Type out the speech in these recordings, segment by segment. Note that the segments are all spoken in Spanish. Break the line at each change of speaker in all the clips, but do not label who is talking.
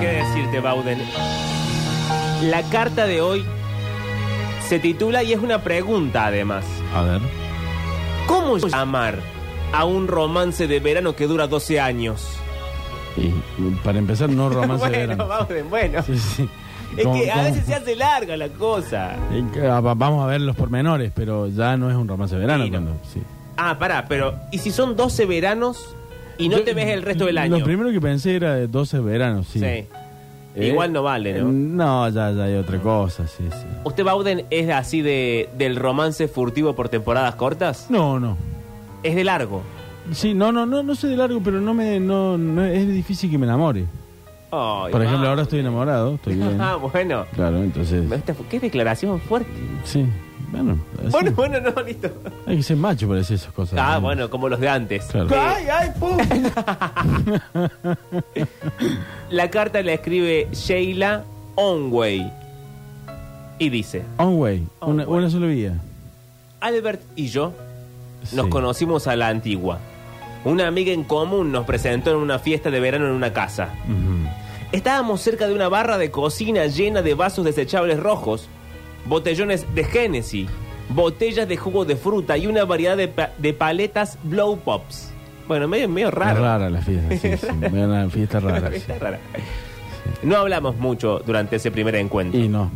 ¿Qué decirte, Bauden? La carta de hoy se titula y es una pregunta además.
A ver.
¿Cómo llamar a un romance de verano que dura 12 años?
Y, para empezar, no romance
bueno,
de verano.
Bauden, bueno.
Sí, sí.
Es
Como-
que a
como-
veces se hace larga la cosa.
Eh, que, ah, va- Vamos a ver los pormenores, pero ya no es un romance de verano.
Sí, no.
cuando- sí.
Ah, pará, pero ¿y si son 12 veranos y no
Yo-
te ves el resto del año?
Lo primero que pensé era de 12 veranos, sí.
sí.
Eh,
Igual no vale, ¿no?
eh, No, ya, ya hay otra cosa, sí, sí.
¿Usted, Bauden, es así de, del romance furtivo por temporadas cortas?
No, no.
Es de largo.
Sí, no, no, no, no sé de largo, pero no me, no, no- es difícil que me enamore.
Ay,
Por ejemplo,
Bauden.
ahora estoy enamorado, estoy bien.
Ah, bueno.
Claro, entonces,
Esta fue- qué declaración fuerte.
Ah, sí, bueno, así.
Bueno, bueno, no, listo.
hay que ser macho para decir esas cosas.
Ah,
¿no?
bueno, como los de antes.
Claro.
Eh,
ay, pum!
la carta la escribe Sheila Onway. Y dice,
On way,
On
una,
way.
una sola vía.
Albert y yo nos
Sí.
conocimos a la antigua. Una amiga en común nos presentó en una fiesta de verano en una casa.
Ujú.
Estábamos cerca de una barra de cocina llena de vasos desechables rojos, botellones de Genesis, botellas de jugo de fruta y una variedad de, pa- de paletas Blow Pops. Bueno, medio, medio
Es
raro.
rara la fiesta, sí, sí. Una fiesta rara. sí.
Está rara. No hablamos mucho durante ese primer encuentro.
Y no.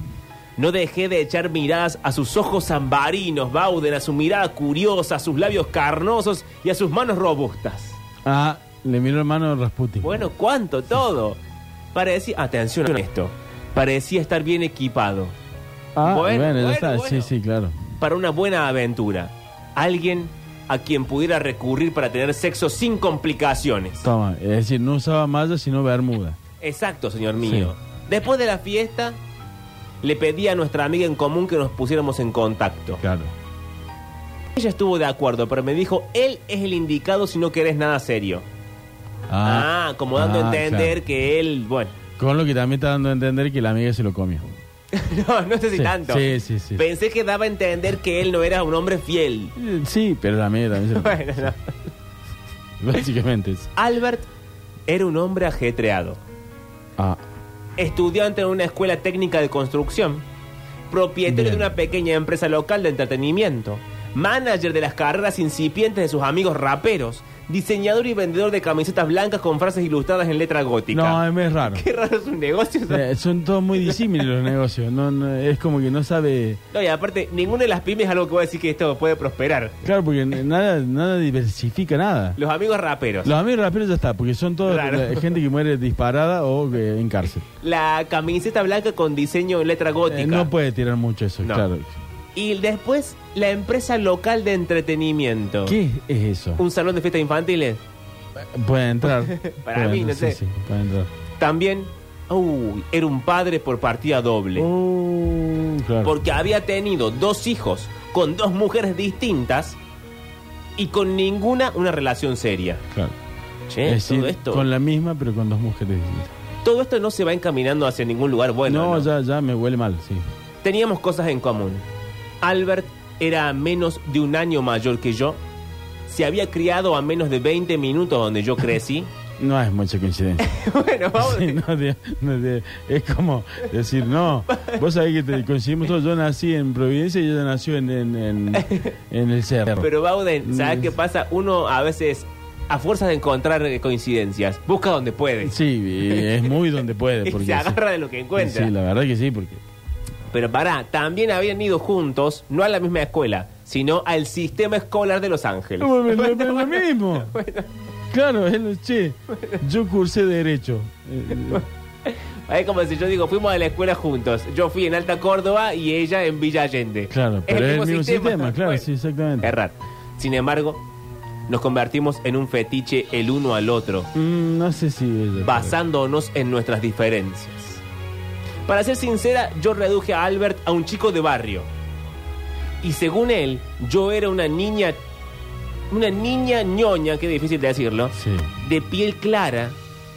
No dejé de echar miradas a sus ojos zambarinos, Bauden, a su mirada curiosa, a sus labios carnosos y a sus manos robustas.
Ah, le miró el mano a Rasputin.
Bueno, cuánto todo. Parecía, atención a esto, parecía estar bien equipado
ah,
bueno,
bueno, ya
bueno,
está.
bueno.
Sí, sí, claro.
para una buena aventura. Alguien a quien pudiera recurrir para tener sexo sin complicaciones.
Toma, es decir, no usaba malla sino bermuda.
Exacto, señor mío.
Sí.
Después de la fiesta, le pedí a nuestra amiga en común que nos pusiéramos en contacto.
Claro.
Ella estuvo de acuerdo, pero me dijo, él es el indicado si no querés nada serio. Ah, como dando
ah,
a entender
claro.
que él, bueno,
Con lo que también está dando a entender que la amiga se lo comió.
no, no sé si
Sí,
tanto.
sí, sí, sí.
Pensé que daba a entender que él no era un hombre fiel.
Eh, Sí, pero la amiga también se lo comió.
Bueno, no.
Básicamente es.
Albert era un hombre ajetreado.
Ah,
estudiante en una escuela técnica de construcción, propietario
Bien.
de una pequeña empresa local de entretenimiento, manager de las carreras incipientes de sus amigos raperos, diseñador y vendedor de camisetas blancas con frases ilustradas en letra gótica.
no, em- es más raro.
Qué raro es un negocio. eso.
Eh, son todos muy disímiles los negocios. No, no, es como que no sabe.
No, y aparte, ninguna de las pymes es algo que voy a decir que esto puede prosperar.
Claro, porque n- nada, nada diversifica nada.
Los amigos raperos.
Los amigos raperos ya está, porque son todos
Claro.
eh, gente que muere disparada o eh, en cárcel.
La camiseta blanca con diseño en letra gótica.
Eh, no puede tirar mucho eso,
No.
claro.
Y después, la empresa local de entretenimiento.
¿Qué es eso?
Un salón de fiestas infantiles.
Puede entrar.
Para mí, no
sí,
sé.
sí, puede entrar.
También, uy, era un padre por partida doble.
Oh. Uh, claro.
Porque había tenido dos hijos con dos mujeres distintas y con ninguna una relación seria.
claro.
Che,
es decir,
todo esto.
con la misma, pero con dos mujeres distintas.
Todo esto no se va encaminando hacia ningún lugar bueno.
no,
¿no?
Ya, ya me huele mal, sí.
Teníamos cosas en común. Albert era menos de un año mayor que yo. Se había criado a menos de 20 minutos donde yo crecí.
No es mucha coincidencia.
bueno, vamos.
Sí, no, de- no, de- es como decir, no, vos sabés que te coincidimos todos. Yo nací en Providencia y ella nació en, en, en- en el cerro.
Pero Bauden, ¿sabes
Mm.
qué pasa? Uno a veces, a fuerza de encontrar eh, coincidencias, busca donde puede.
Sí, y es muy donde puede.
y
Porque
se
sí.
agarra de lo que encuentra.
Sí, la verdad que sí, porque
Pero pará, también habían ido juntos, no a la misma escuela, sino al sistema escolar de Los Ángeles.
No, me- me- me- lo mismo. Claro, él, che, yo cursé Derecho. Eh,
Es como si yo digo, fuimos a la escuela juntos. Yo fui en Alta Córdoba y ella en Villa Allende.
Claro, pero es el mismo sistema, claro, sí, exactamente.
Errar. Sin embargo, nos convertimos en un fetiche el uno al otro,
mm, no sé si... es-
basándonos en nuestras diferencias. Para ser sincera, yo reduje a Albert a un chico de barrio. Y según él, yo era una niña, una niña ñoña, qué difícil de decirlo,
Sí.
de piel clara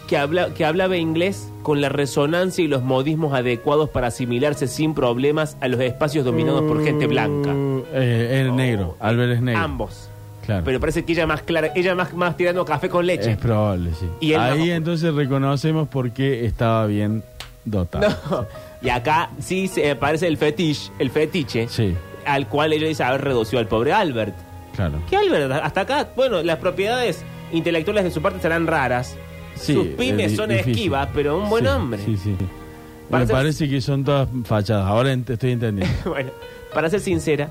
que, habla- que hablaba inglés con la resonancia y los modismos adecuados para asimilarse sin problemas a los espacios dominados por gente blanca. Oh,
Uh, eh, es negro, Albert es negro.
Ambos.
Claro.
Pero parece que ella más clara, ella más, más tirando café con leche.
Es probable, sí.
Y él
Ahí
bajo.
entonces reconocemos por qué estaba bien dotado.
No. Y acá sí se aparece el fetiche, el fetiche,
Sí,
al cual ella dice haber reducido al pobre Albert.
claro.
Que Albert, hasta acá, bueno, las propiedades intelectuales de su parte serán raras.
Sí,
Sus pymes
es di-
son
difícil.
esquivas, pero un buen
Sí,
hombre.
Sí, sí.
Para
Me
ser-
parece que son todas fachadas. Ahora ent- estoy entendiendo.
Bueno, para ser sincera,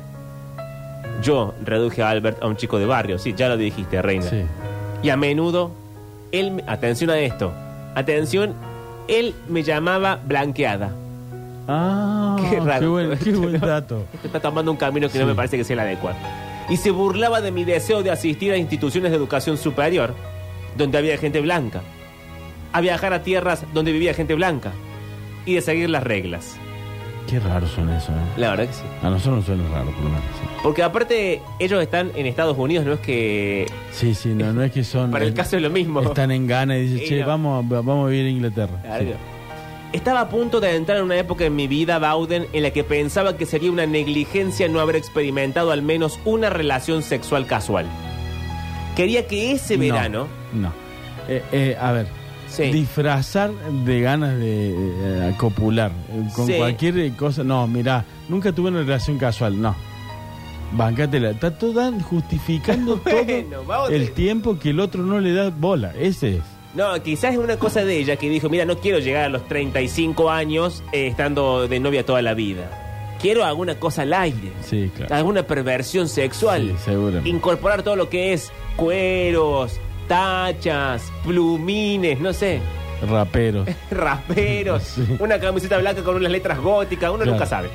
yo reduje a Albert a un chico de barrio, sí, ya lo dijiste, Reina.
Sí.
Y a menudo, él, me- atención a esto, atención, él me llamaba blanqueada.
Ah,
Qué
qué,
raro.
buen, qué buen dato.
Este Está tomando un camino que no
Sí.
me parece que sea el adecuado. Y se burlaba de mi deseo de asistir a instituciones de educación superior, donde había gente blanca, a viajar a tierras donde vivía gente blanca, y de seguir las reglas.
Qué raro son eso, ¿eh?
La verdad que sí.
A nosotros nos suena raro, por lo menos. sí.
Porque aparte, ellos están en Estados Unidos, no es que...
Sí, sí, no, no es que son.
Para el
eh,
caso es lo mismo.
Están en gana y
Y
dicen, che,
no.
vamos, a- vamos a vivir a Inglaterra.
Claro.
Sí.
Estaba a punto de entrar en una época en mi vida, Bowden, en la que pensaba que sería una negligencia no haber experimentado al menos una relación sexual casual. Quería que ese
No,
Este verano...
No. Eh, eh, a ver.
Sí.
Disfrazar de ganas de eh, copular. eh, con
Sí.
cualquier eh, cosa. No, mirá, nunca tuve una relación casual, no. Bancátela. Está todo dan- justificando
Bueno,
todo
vamos
el
a-
tiempo que el otro no le da bola. Ese es.
No, quizás es una cosa de ella que dijo, mira, no quiero llegar a los 35 años eh, estando de novia toda la vida. Quiero alguna cosa al aire.
Sí, claro.
Alguna perversión sexual.
Sí, seguramente.
Incorporar todo lo que es cueros, tachas, plumines, no sé,
Rapero.
raperos,
Sí.
una camiseta blanca con unas letras góticas, uno
Claro.
nunca sabe.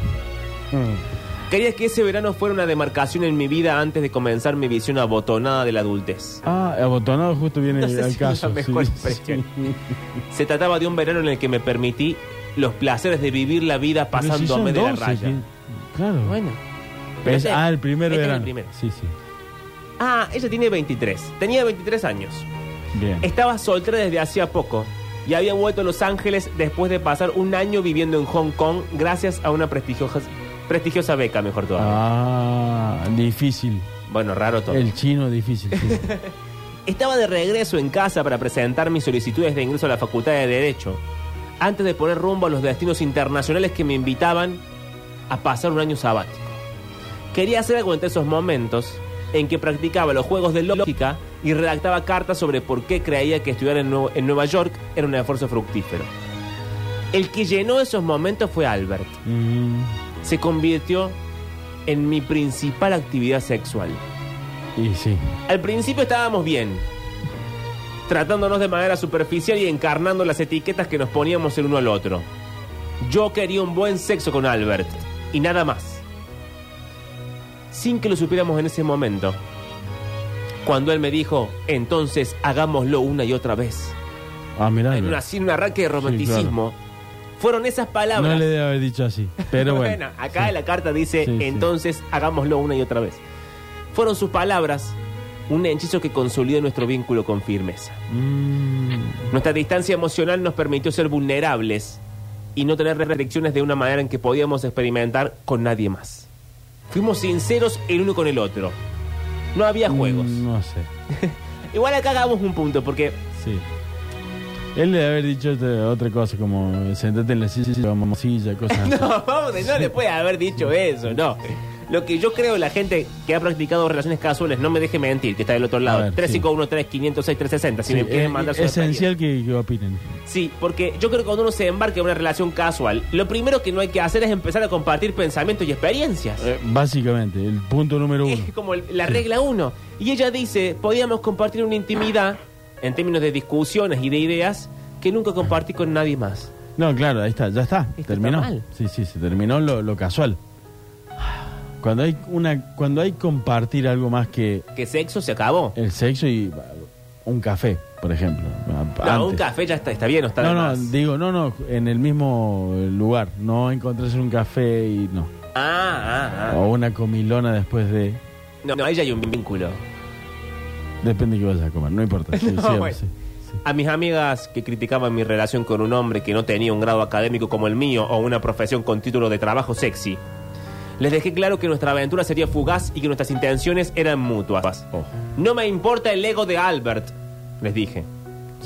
Mm.
Quería que ese verano fuera una demarcación en mi vida antes de comenzar mi visión abotonada de la adultez.
Ah, abotonado justo viene
No sé si
al
es la
caso.
mejor expresión. Se trataba de un verano en el que me permití los placeres de vivir la vida
Pero si
pasándome
son
de la
12,
raya.
que- Claro.
Bueno.
Es-
este-
ah, el primer
este es el
verano.
primero.
Sí, sí.
Ah, ella tiene 23. Tenía 23 años.
Bien.
Estaba soltera desde hacía poco y había vuelto a Los Ángeles después de pasar un año viviendo en Hong Kong gracias a una prestigiosa, prestigiosa beca, mejor todavía.
Ah, difícil.
Bueno, raro todo.
El chino difícil. sí.
Estaba de regreso en casa para presentar mis solicitudes de ingreso a la Facultad de Derecho, antes de poner rumbo a los destinos internacionales que me invitaban a pasar un año sabático. Quería hacer algo entre esos momentos en que practicaba los juegos de lógica y redactaba cartas sobre por qué creía que estudiar en, Nue- en Nueva York era un esfuerzo fructífero. El que llenó esos momentos fue Albert.
Mm,
Se convirtió en mi principal actividad sexual.
y sí.
Al principio estábamos bien, tratándonos de manera superficial y encarnando las etiquetas que nos poníamos el uno al otro. Yo quería un buen sexo con Albert, y nada más. Sin que lo supiéramos en ese momento. Cuando él me dijo, entonces hagámoslo una y otra vez.
Ah, mirá.
En una, sin un arranque de romanticismo. Fueron esas palabras.
No le debe haber dicho así. Pero bueno.
acá
Sí.
la carta dice,
Sí, sí.
entonces hagámoslo una y otra vez. Fueron sus palabras un hechizo que consolidó nuestro vínculo con firmeza.
Mm,
Nuestra distancia emocional nos permitió ser vulnerables y no tener restricciones de una manera en que podíamos experimentar con nadie más. Fuimos sinceros el uno con el otro. No había juegos.
Mm, No sé.
Igual acá hagamos un punto, porque
Sí. Él le debe haber dicho otra, otra cosa, como sentate en la silla, vamos a la silla, cosas así.
No, vamos, no le puede haber dicho eso, no. Lo que yo creo, la gente que ha practicado relaciones casuales, no me deje mentir, que está del otro
A
lado.
ver,
351 3506 360 si
Sí, eh,
me quieren
es-
mandar su
es esencial que, que opinen.
Sí, porque yo creo que cuando uno se embarca en una relación casual, lo primero que no hay que hacer es empezar a compartir pensamientos y experiencias.
Eh, básicamente, el punto número uno.
Es como el- la regla uno. Y ella dice, podíamos compartir una intimidad en términos de discusiones y de ideas que nunca compartí con nadie más.
No, claro, ahí está, ya está.
Esto
terminó.
está mal.
Sí, sí, se terminó lo, lo casual. Cuando hay una, cuando hay compartir algo más que
Que sexo se acabó.
el sexo y uh, un café, por ejemplo.
No,
antes.
un café ya está, está bien, no está de
No, no,
más.
digo, no, no, en el mismo lugar. No encontrarse en un café y no.
Ah, ah, ah.
O una comilona después de.
No, no, ahí ya hay un vínculo.
Depende de qué vayas a comer, no importa. Sí,
No,
sí,
bueno.
sí, sí.
A mis amigas que criticaban mi relación con un hombre que no tenía un grado académico como el mío o una profesión con título de trabajo sexy, les dejé claro que nuestra aventura sería fugaz y que nuestras intenciones eran mutuas.
Ojo.
No me importa el ego de Albert, les dije.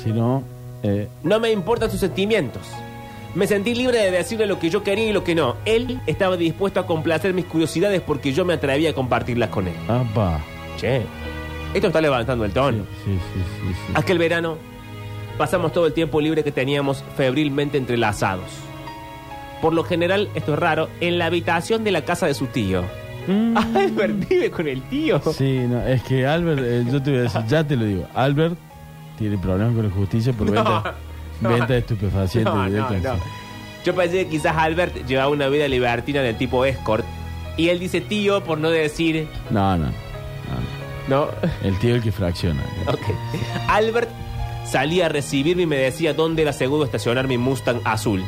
Si no, eh,
No me importan sus sentimientos. Me sentí libre de decirle lo que yo quería y lo que no. Él estaba dispuesto a complacer mis curiosidades porque yo me atrevía a compartirlas con él.
apa.
Che, esto está levantando el tono.
Sí, sí, sí, sí.
Aquel verano pasamos todo el tiempo libre que teníamos febrilmente entrelazados. Por lo general, esto es raro, en la habitación de la casa de su tío.
Mm.
Albert vive con el tío.
Sí, no, es que Albert, eh, yo te voy a decir, ya te lo digo, Albert tiene problemas con la justicia por venta,
no.
venta de estupefacientes.
No,
y de
no,
otras
no.
cosas.
Yo pensé que quizás Albert llevaba una vida libertina del tipo escort. Y él dice tío por no decir...
No, no, no,
No.
no. El tío el que fracciona.
Ok. Albert salía a recibirme y me decía dónde era seguro estacionar mi Mustang azul.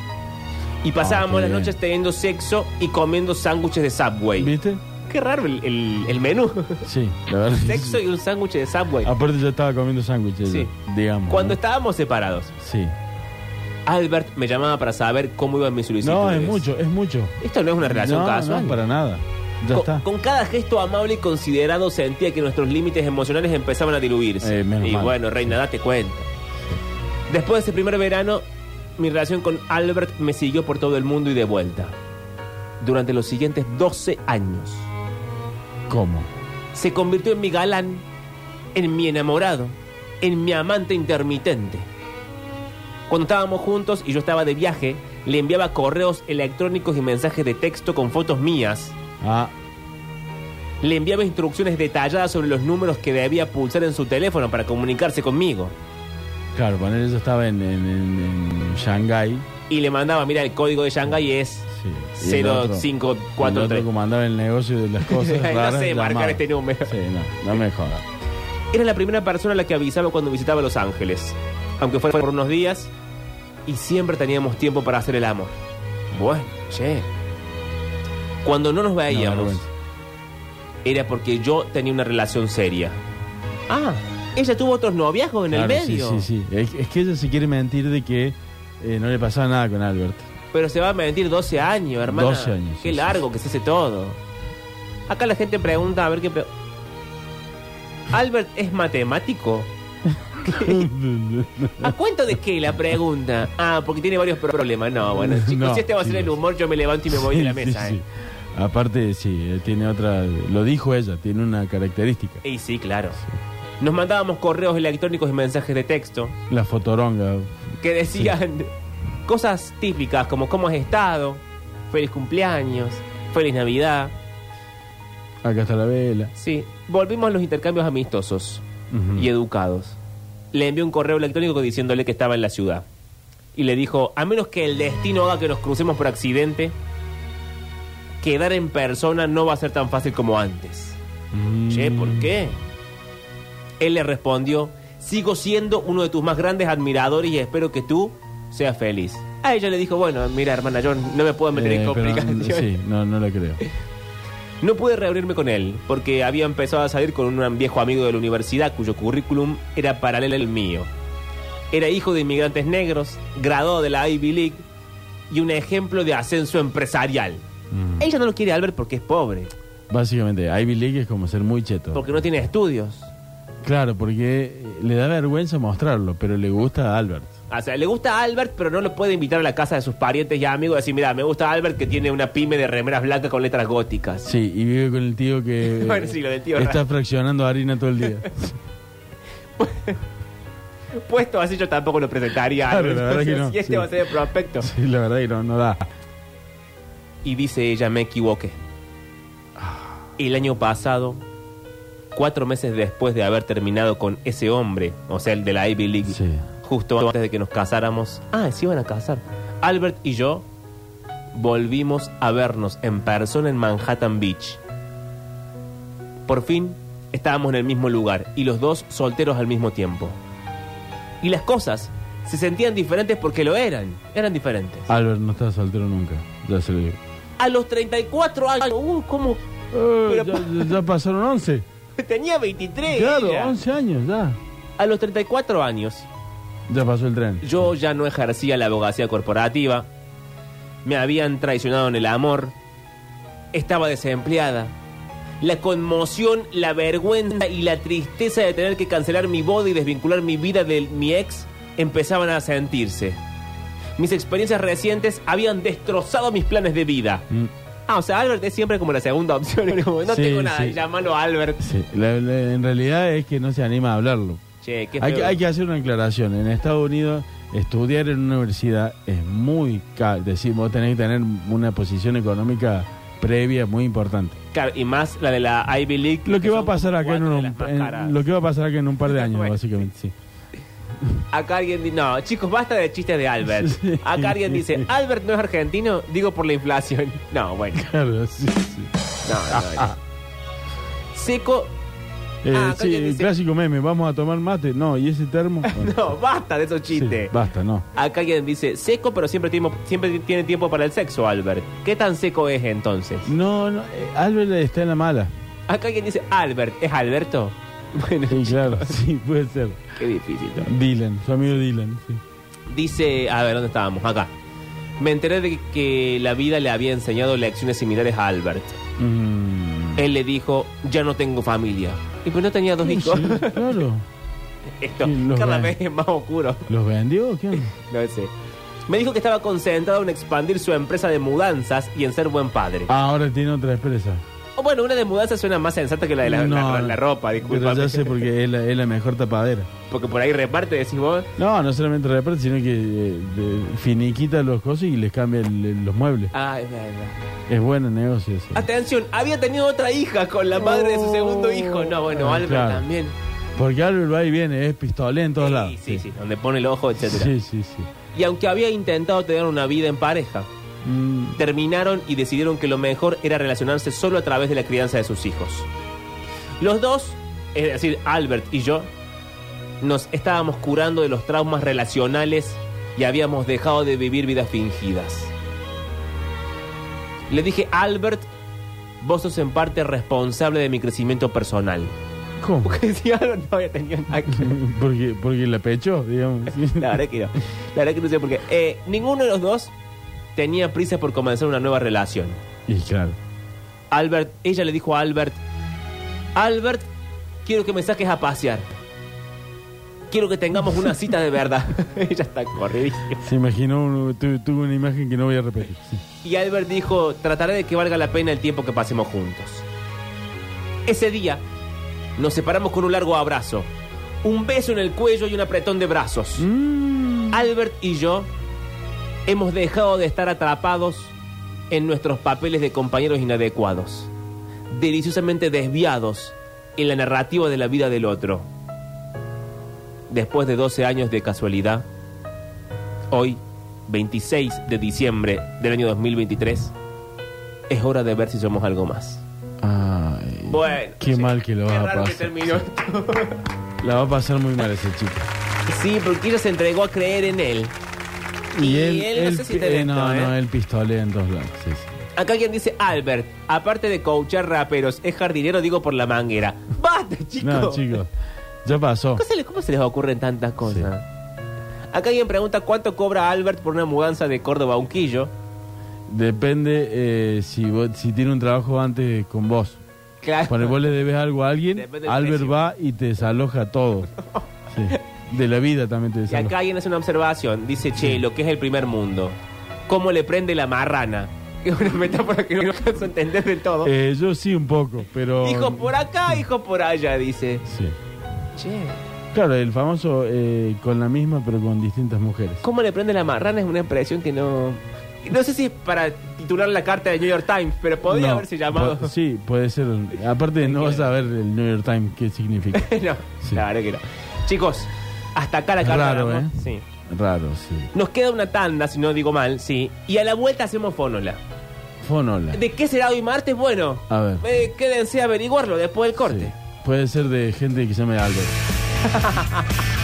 Y pasábamos
qué
las
bien.
noches teniendo sexo y comiendo sándwiches de Subway.
¿Viste?
Qué raro el, el- el menú.
Sí, la verdad. que
Sexo
sí.
y un sándwich de Subway.
Aparte yo estaba comiendo sándwiches,
Sí.
digamos.
Cuando
¿no?
estábamos separados,
Sí.
Albert me llamaba para saber cómo iban mis solicitudes.
No, es mucho, es mucho.
Esto no es una relación
no,
casual.
no, para nada. Ya
con,
está.
con cada gesto amable y considerado sentía que nuestros límites emocionales empezaban a diluirse.
Eh, menos
y
mal.
bueno, Reina, date cuenta. Después de ese primer verano, mi relación con Albert me siguió por todo el mundo y de vuelta. Durante los siguientes 12 años,
¿Cómo?
se convirtió en mi galán, en mi enamorado, en mi amante intermitente. Cuando estábamos juntos y yo estaba de viaje, le enviaba correos electrónicos y mensajes de texto con fotos mías
Ah,
le enviaba instrucciones detalladas sobre los números que debía pulsar en su teléfono para comunicarse conmigo.
claro, cuando él estaba en, en, en- en Shanghái.
Y le mandaba, mira, el código de Shanghai es
Sí. y el otro- El otro
0543.
que mandaba el negocio de las cosas.
No sé
raras,
marcar
llamaba.
este número.
Sí, no, no me jodas.
Era la primera persona a la que avisaba cuando visitaba Los Ángeles, aunque fuera por unos días, y siempre teníamos tiempo para hacer el amor. Bueno, che. Cuando no nos
No,
veíamos,
vergüenza.
era porque yo tenía una relación seria. Ah, ella tuvo otros noviazgos en el
Claro,
medio.
Sí, sí, sí. Es, es que ella se quiere mentir de que eh, no le pasaba nada con Albert.
Pero se va a mentir 12 años, hermano.
12 años,
Qué
sí,
largo que se hace todo. Acá la gente pregunta, a ver qué... pre- Albert es matemático. ¿A cuento de qué la pregunta? Ah, porque tiene varios pro- problemas. No, bueno, chicos,
No,
si este va a ser
chicos.
el humor, yo me levanto y me voy de la
Sí,
mesa.
sí,
¿eh?
sí. Aparte, sí, eh, tiene otra. Lo dijo ella, tiene una característica.
Y sí, claro. Nos mandábamos correos electrónicos y mensajes de texto
La fotoronga.
que decían cosas típicas como ¿cómo has estado? Feliz cumpleaños, feliz Navidad.
Acá está la vela.
Sí, volvimos a los intercambios amistosos
Ujú.
y educados. Le envió un correo electrónico diciéndole que estaba en la ciudad. Y le dijo, a menos que el destino haga que nos crucemos por accidente, quedar en persona no va a ser tan fácil como antes.
Mm.
Che, ¿por qué? Él le respondió, sigo siendo uno de tus más grandes admiradores y espero que tú seas feliz. A ella le dijo, bueno, mira hermana, yo no me puedo meter
Eh,
en
pero,
complicaciones.
sí, no, no la creo.
No pude reabrirme con él, porque había empezado a salir con un viejo amigo de la universidad cuyo currículum era paralelo al mío. Era hijo de inmigrantes negros, graduado de la Ivy League y un ejemplo de ascenso empresarial.
Mm.
Ella no lo quiere Albert porque es pobre,
Básicamente, Ivy League es como ser muy cheto. eh,
porque no tiene estudios.
Claro, porque le da vergüenza mostrarlo, pero le gusta a Albert.
O sea, le gusta a Albert, pero no lo puede invitar a la casa de sus parientes y amigos. Decir, mira, me gusta Albert que tiene una pyme de remeras blancas con letras góticas.
Sí, y vive con el tío que
Bueno, sí, lo del tío
está
raro.
fraccionando harina todo el día.
Puesto así, yo tampoco lo presentaría.
Claro,
Albert.
la verdad que
Entonces,
no,
Y este
sí.
va a ser el prospecto.
Sí, la verdad que no, no da.
Y dice ella, me equivoqué. El año pasado, cuatro meses después de haber terminado con ese hombre, o sea, el de la Ivy League,
Sí.
justo antes de que nos casáramos, ah, se iban a casar, Albert y yo volvimos a vernos en persona en Manhattan Beach. Por fin, estábamos en el mismo lugar y los dos solteros al mismo tiempo. Y las cosas se sentían diferentes porque lo eran, eran diferentes.
Albert no está soltero nunca, ya se lo digo.
A los 34 años, uh, ¿cómo?
Eh,
Pero
ya, ya- ya pasaron 11.
Tenía 23.
Claro,
ella.
11 años ya.
A los 34 años,
Ya pasó el tren.
yo ya no ejercía la abogacía corporativa. Me habían traicionado en el amor. Estaba desempleada. La conmoción, la vergüenza y la tristeza de tener que cancelar mi boda y desvincular mi vida de mi ex empezaban a sentirse. Mis experiencias recientes habían destrozado mis planes de vida.
Mm,
Ah, o sea, Albert es siempre como la segunda opción. Como, No
Sí,
tengo nada,
sí.
llámalo Albert.
sí. La- la- en realidad es que no se anima a hablarlo.
Che, qué
Hay, que-
feo.
hay que hacer una aclaración. En Estados Unidos, estudiar en una universidad es muy caro. Decir, vos tenés que tener una posición económica previa muy importante.
Claro, y más la de la Ivy League.
Lo que va a
son
pasar acá en,
cuatro de
un-
las más
en-
caras.
lo que va a pasar acá en un par de años,
Bueno.
básicamente. Sí.
Acá alguien dice, no, chicos, basta de chistes de Albert.
Sí.
Acá alguien dice, Albert no es argentino, digo por la inflación. No, bueno,
Claro, sí, sí.
no,
Ah,
no, no. Seco,
Eh,
Ah, acá
sí,
alguien dice-
clásico meme, vamos a tomar mate. No, ¿y ese termo? Bueno,
no, basta de esos
sí,
chistes.
basta, no.
Acá alguien dice, seco, pero siempre, tiene- siempre tiene tiempo para el sexo, Albert. ¿Qué tan seco es entonces?
No, no, eh, Albert está en la mala.
Acá alguien dice, Albert, ¿es Alberto? Bueno,
Sí, claro, sí, puede ser.
qué difícil. ¿no?
Dylan, su amigo Dylan, sí.
Dice, a ver, ¿dónde estábamos? Acá. Me enteré de que la vida le había enseñado lecciones similares a Albert.
Mm.
Él le dijo, ya no tengo familia. Y pues no tenía dos hijos.
Sí, claro.
Esto,
Sí, lo
cada
ve.
vez es más oscuro.
¿Los vendió? o ¿Qué onda?
No sé. Me dijo que estaba concentrado en expandir su empresa de mudanzas y en ser buen padre.
Ah, ahora tiene otra empresa.
O bueno, una de mudanzas suena más sensata que la de la,
No,
la- la- la ropa, disculpa.
Pero ya sé porque es la, es la mejor tapadera.
Porque por ahí reparte, decís vos.
No, no solamente reparte, sino que eh, de- finiquita los cosas y les cambia el- los muebles.
Ah, es verdad.
Es buen negocio eso.
Atención, había tenido otra hija con la madre de su segundo hijo. No, bueno,
Ah,
Albert
claro.
también.
Porque Albert va y viene, es pistola en todos
Sí,
lados.
sí, sí, donde pone el ojo, etcétera.
Sí, sí, sí.
Y aunque había intentado tener una vida en pareja,
Mm,
terminaron y decidieron que lo mejor era relacionarse solo a través de la crianza de sus hijos. Los dos, es decir, Albert y yo, nos estábamos curando de los traumas relacionales y habíamos dejado de vivir vidas fingidas. Le dije, Albert, vos sos en parte responsable de mi crecimiento personal.
¿Cómo?
Porque si Albert no había tenido nada que ver.
porque, porque la pechó, digamos.
La verdad que no. La verdad que no sé por qué. Eh, ninguno de los dos tenía prisa por comenzar una nueva relación.
Y claro.
Albert, ella le dijo a Albert, Albert, quiero que me saques a pasear. Quiero que tengamos una cita de verdad. ella está corridísima.
Se imaginó, un- tu- tuvo una imagen que no voy a repetir. Sí.
Y Albert dijo, trataré de que valga la pena el tiempo que pasemos juntos. Ese día, nos separamos con un largo abrazo, un beso en el cuello y un apretón de brazos.
Mm.
Albert y yo hemos dejado de estar atrapados en nuestros papeles de compañeros inadecuados, deliciosamente desviados en la narrativa de la vida del otro. Después de 12 años de casualidad, hoy, 26 de diciembre del año 2023, es hora de ver si somos algo más.
Ay,
Bueno,
qué
sí,
mal que lo
qué
va a
raro que
pasar.
terminó.
La va a pasar muy mal ese chico.
Sí, porque ella se entregó a creer en él. Y él no sé si
pi-
te
eh, No,
dentro,
no,
¿eh?
el pistolea en todos lados. Sí, sí.
Acá alguien dice, Albert, aparte de coachar raperos, es jardinero, digo por la manguera. ¡Basta, chicos!
No, chicos, ya pasó.
¿Cómo se les, cómo se les ocurren tantas cosas? Acá alguien pregunta cuánto cobra Albert por una mudanza de Córdoba a Unquillo.
Depende eh, si, vos- si tiene un trabajo antes con vos.
Claro.
Cuando vos le debes algo a alguien,
Depende del
Albert
precio.
va y te desaloja todo. Sí. De la vida también te
Y
decía.
acá alguien hace una observación. Dice, che, lo que es el primer mundo. ¿Cómo le prende la marrana? Es una metáfora que no alcanzo a entender del todo.
Eh, yo sí un poco, pero...
Hijo por acá, hijo por allá, dice.
Sí.
Che,
Claro, el famoso eh, con la misma pero con distintas mujeres.
¿cómo le prende la marrana? Es una expresión que no... No sé si es para titular la carta del New York Times, pero podría
No,
haberse llamado...
po- sí, puede ser. Aparte no vas a ver el New York Times qué significa.
no,
Sí.
la verdad que no. Chicos, hasta acá la carta
Raro,
del amor.
¿eh?
Sí.
Raro, sí.
Nos queda una tanda, si no digo mal, sí. Y a la vuelta hacemos fonola.
Fonola.
¿De qué será hoy martes? Bueno,
A ver.
eh, quédense a averiguarlo después del corte.
Sí. Puede ser de gente que se llame Albert.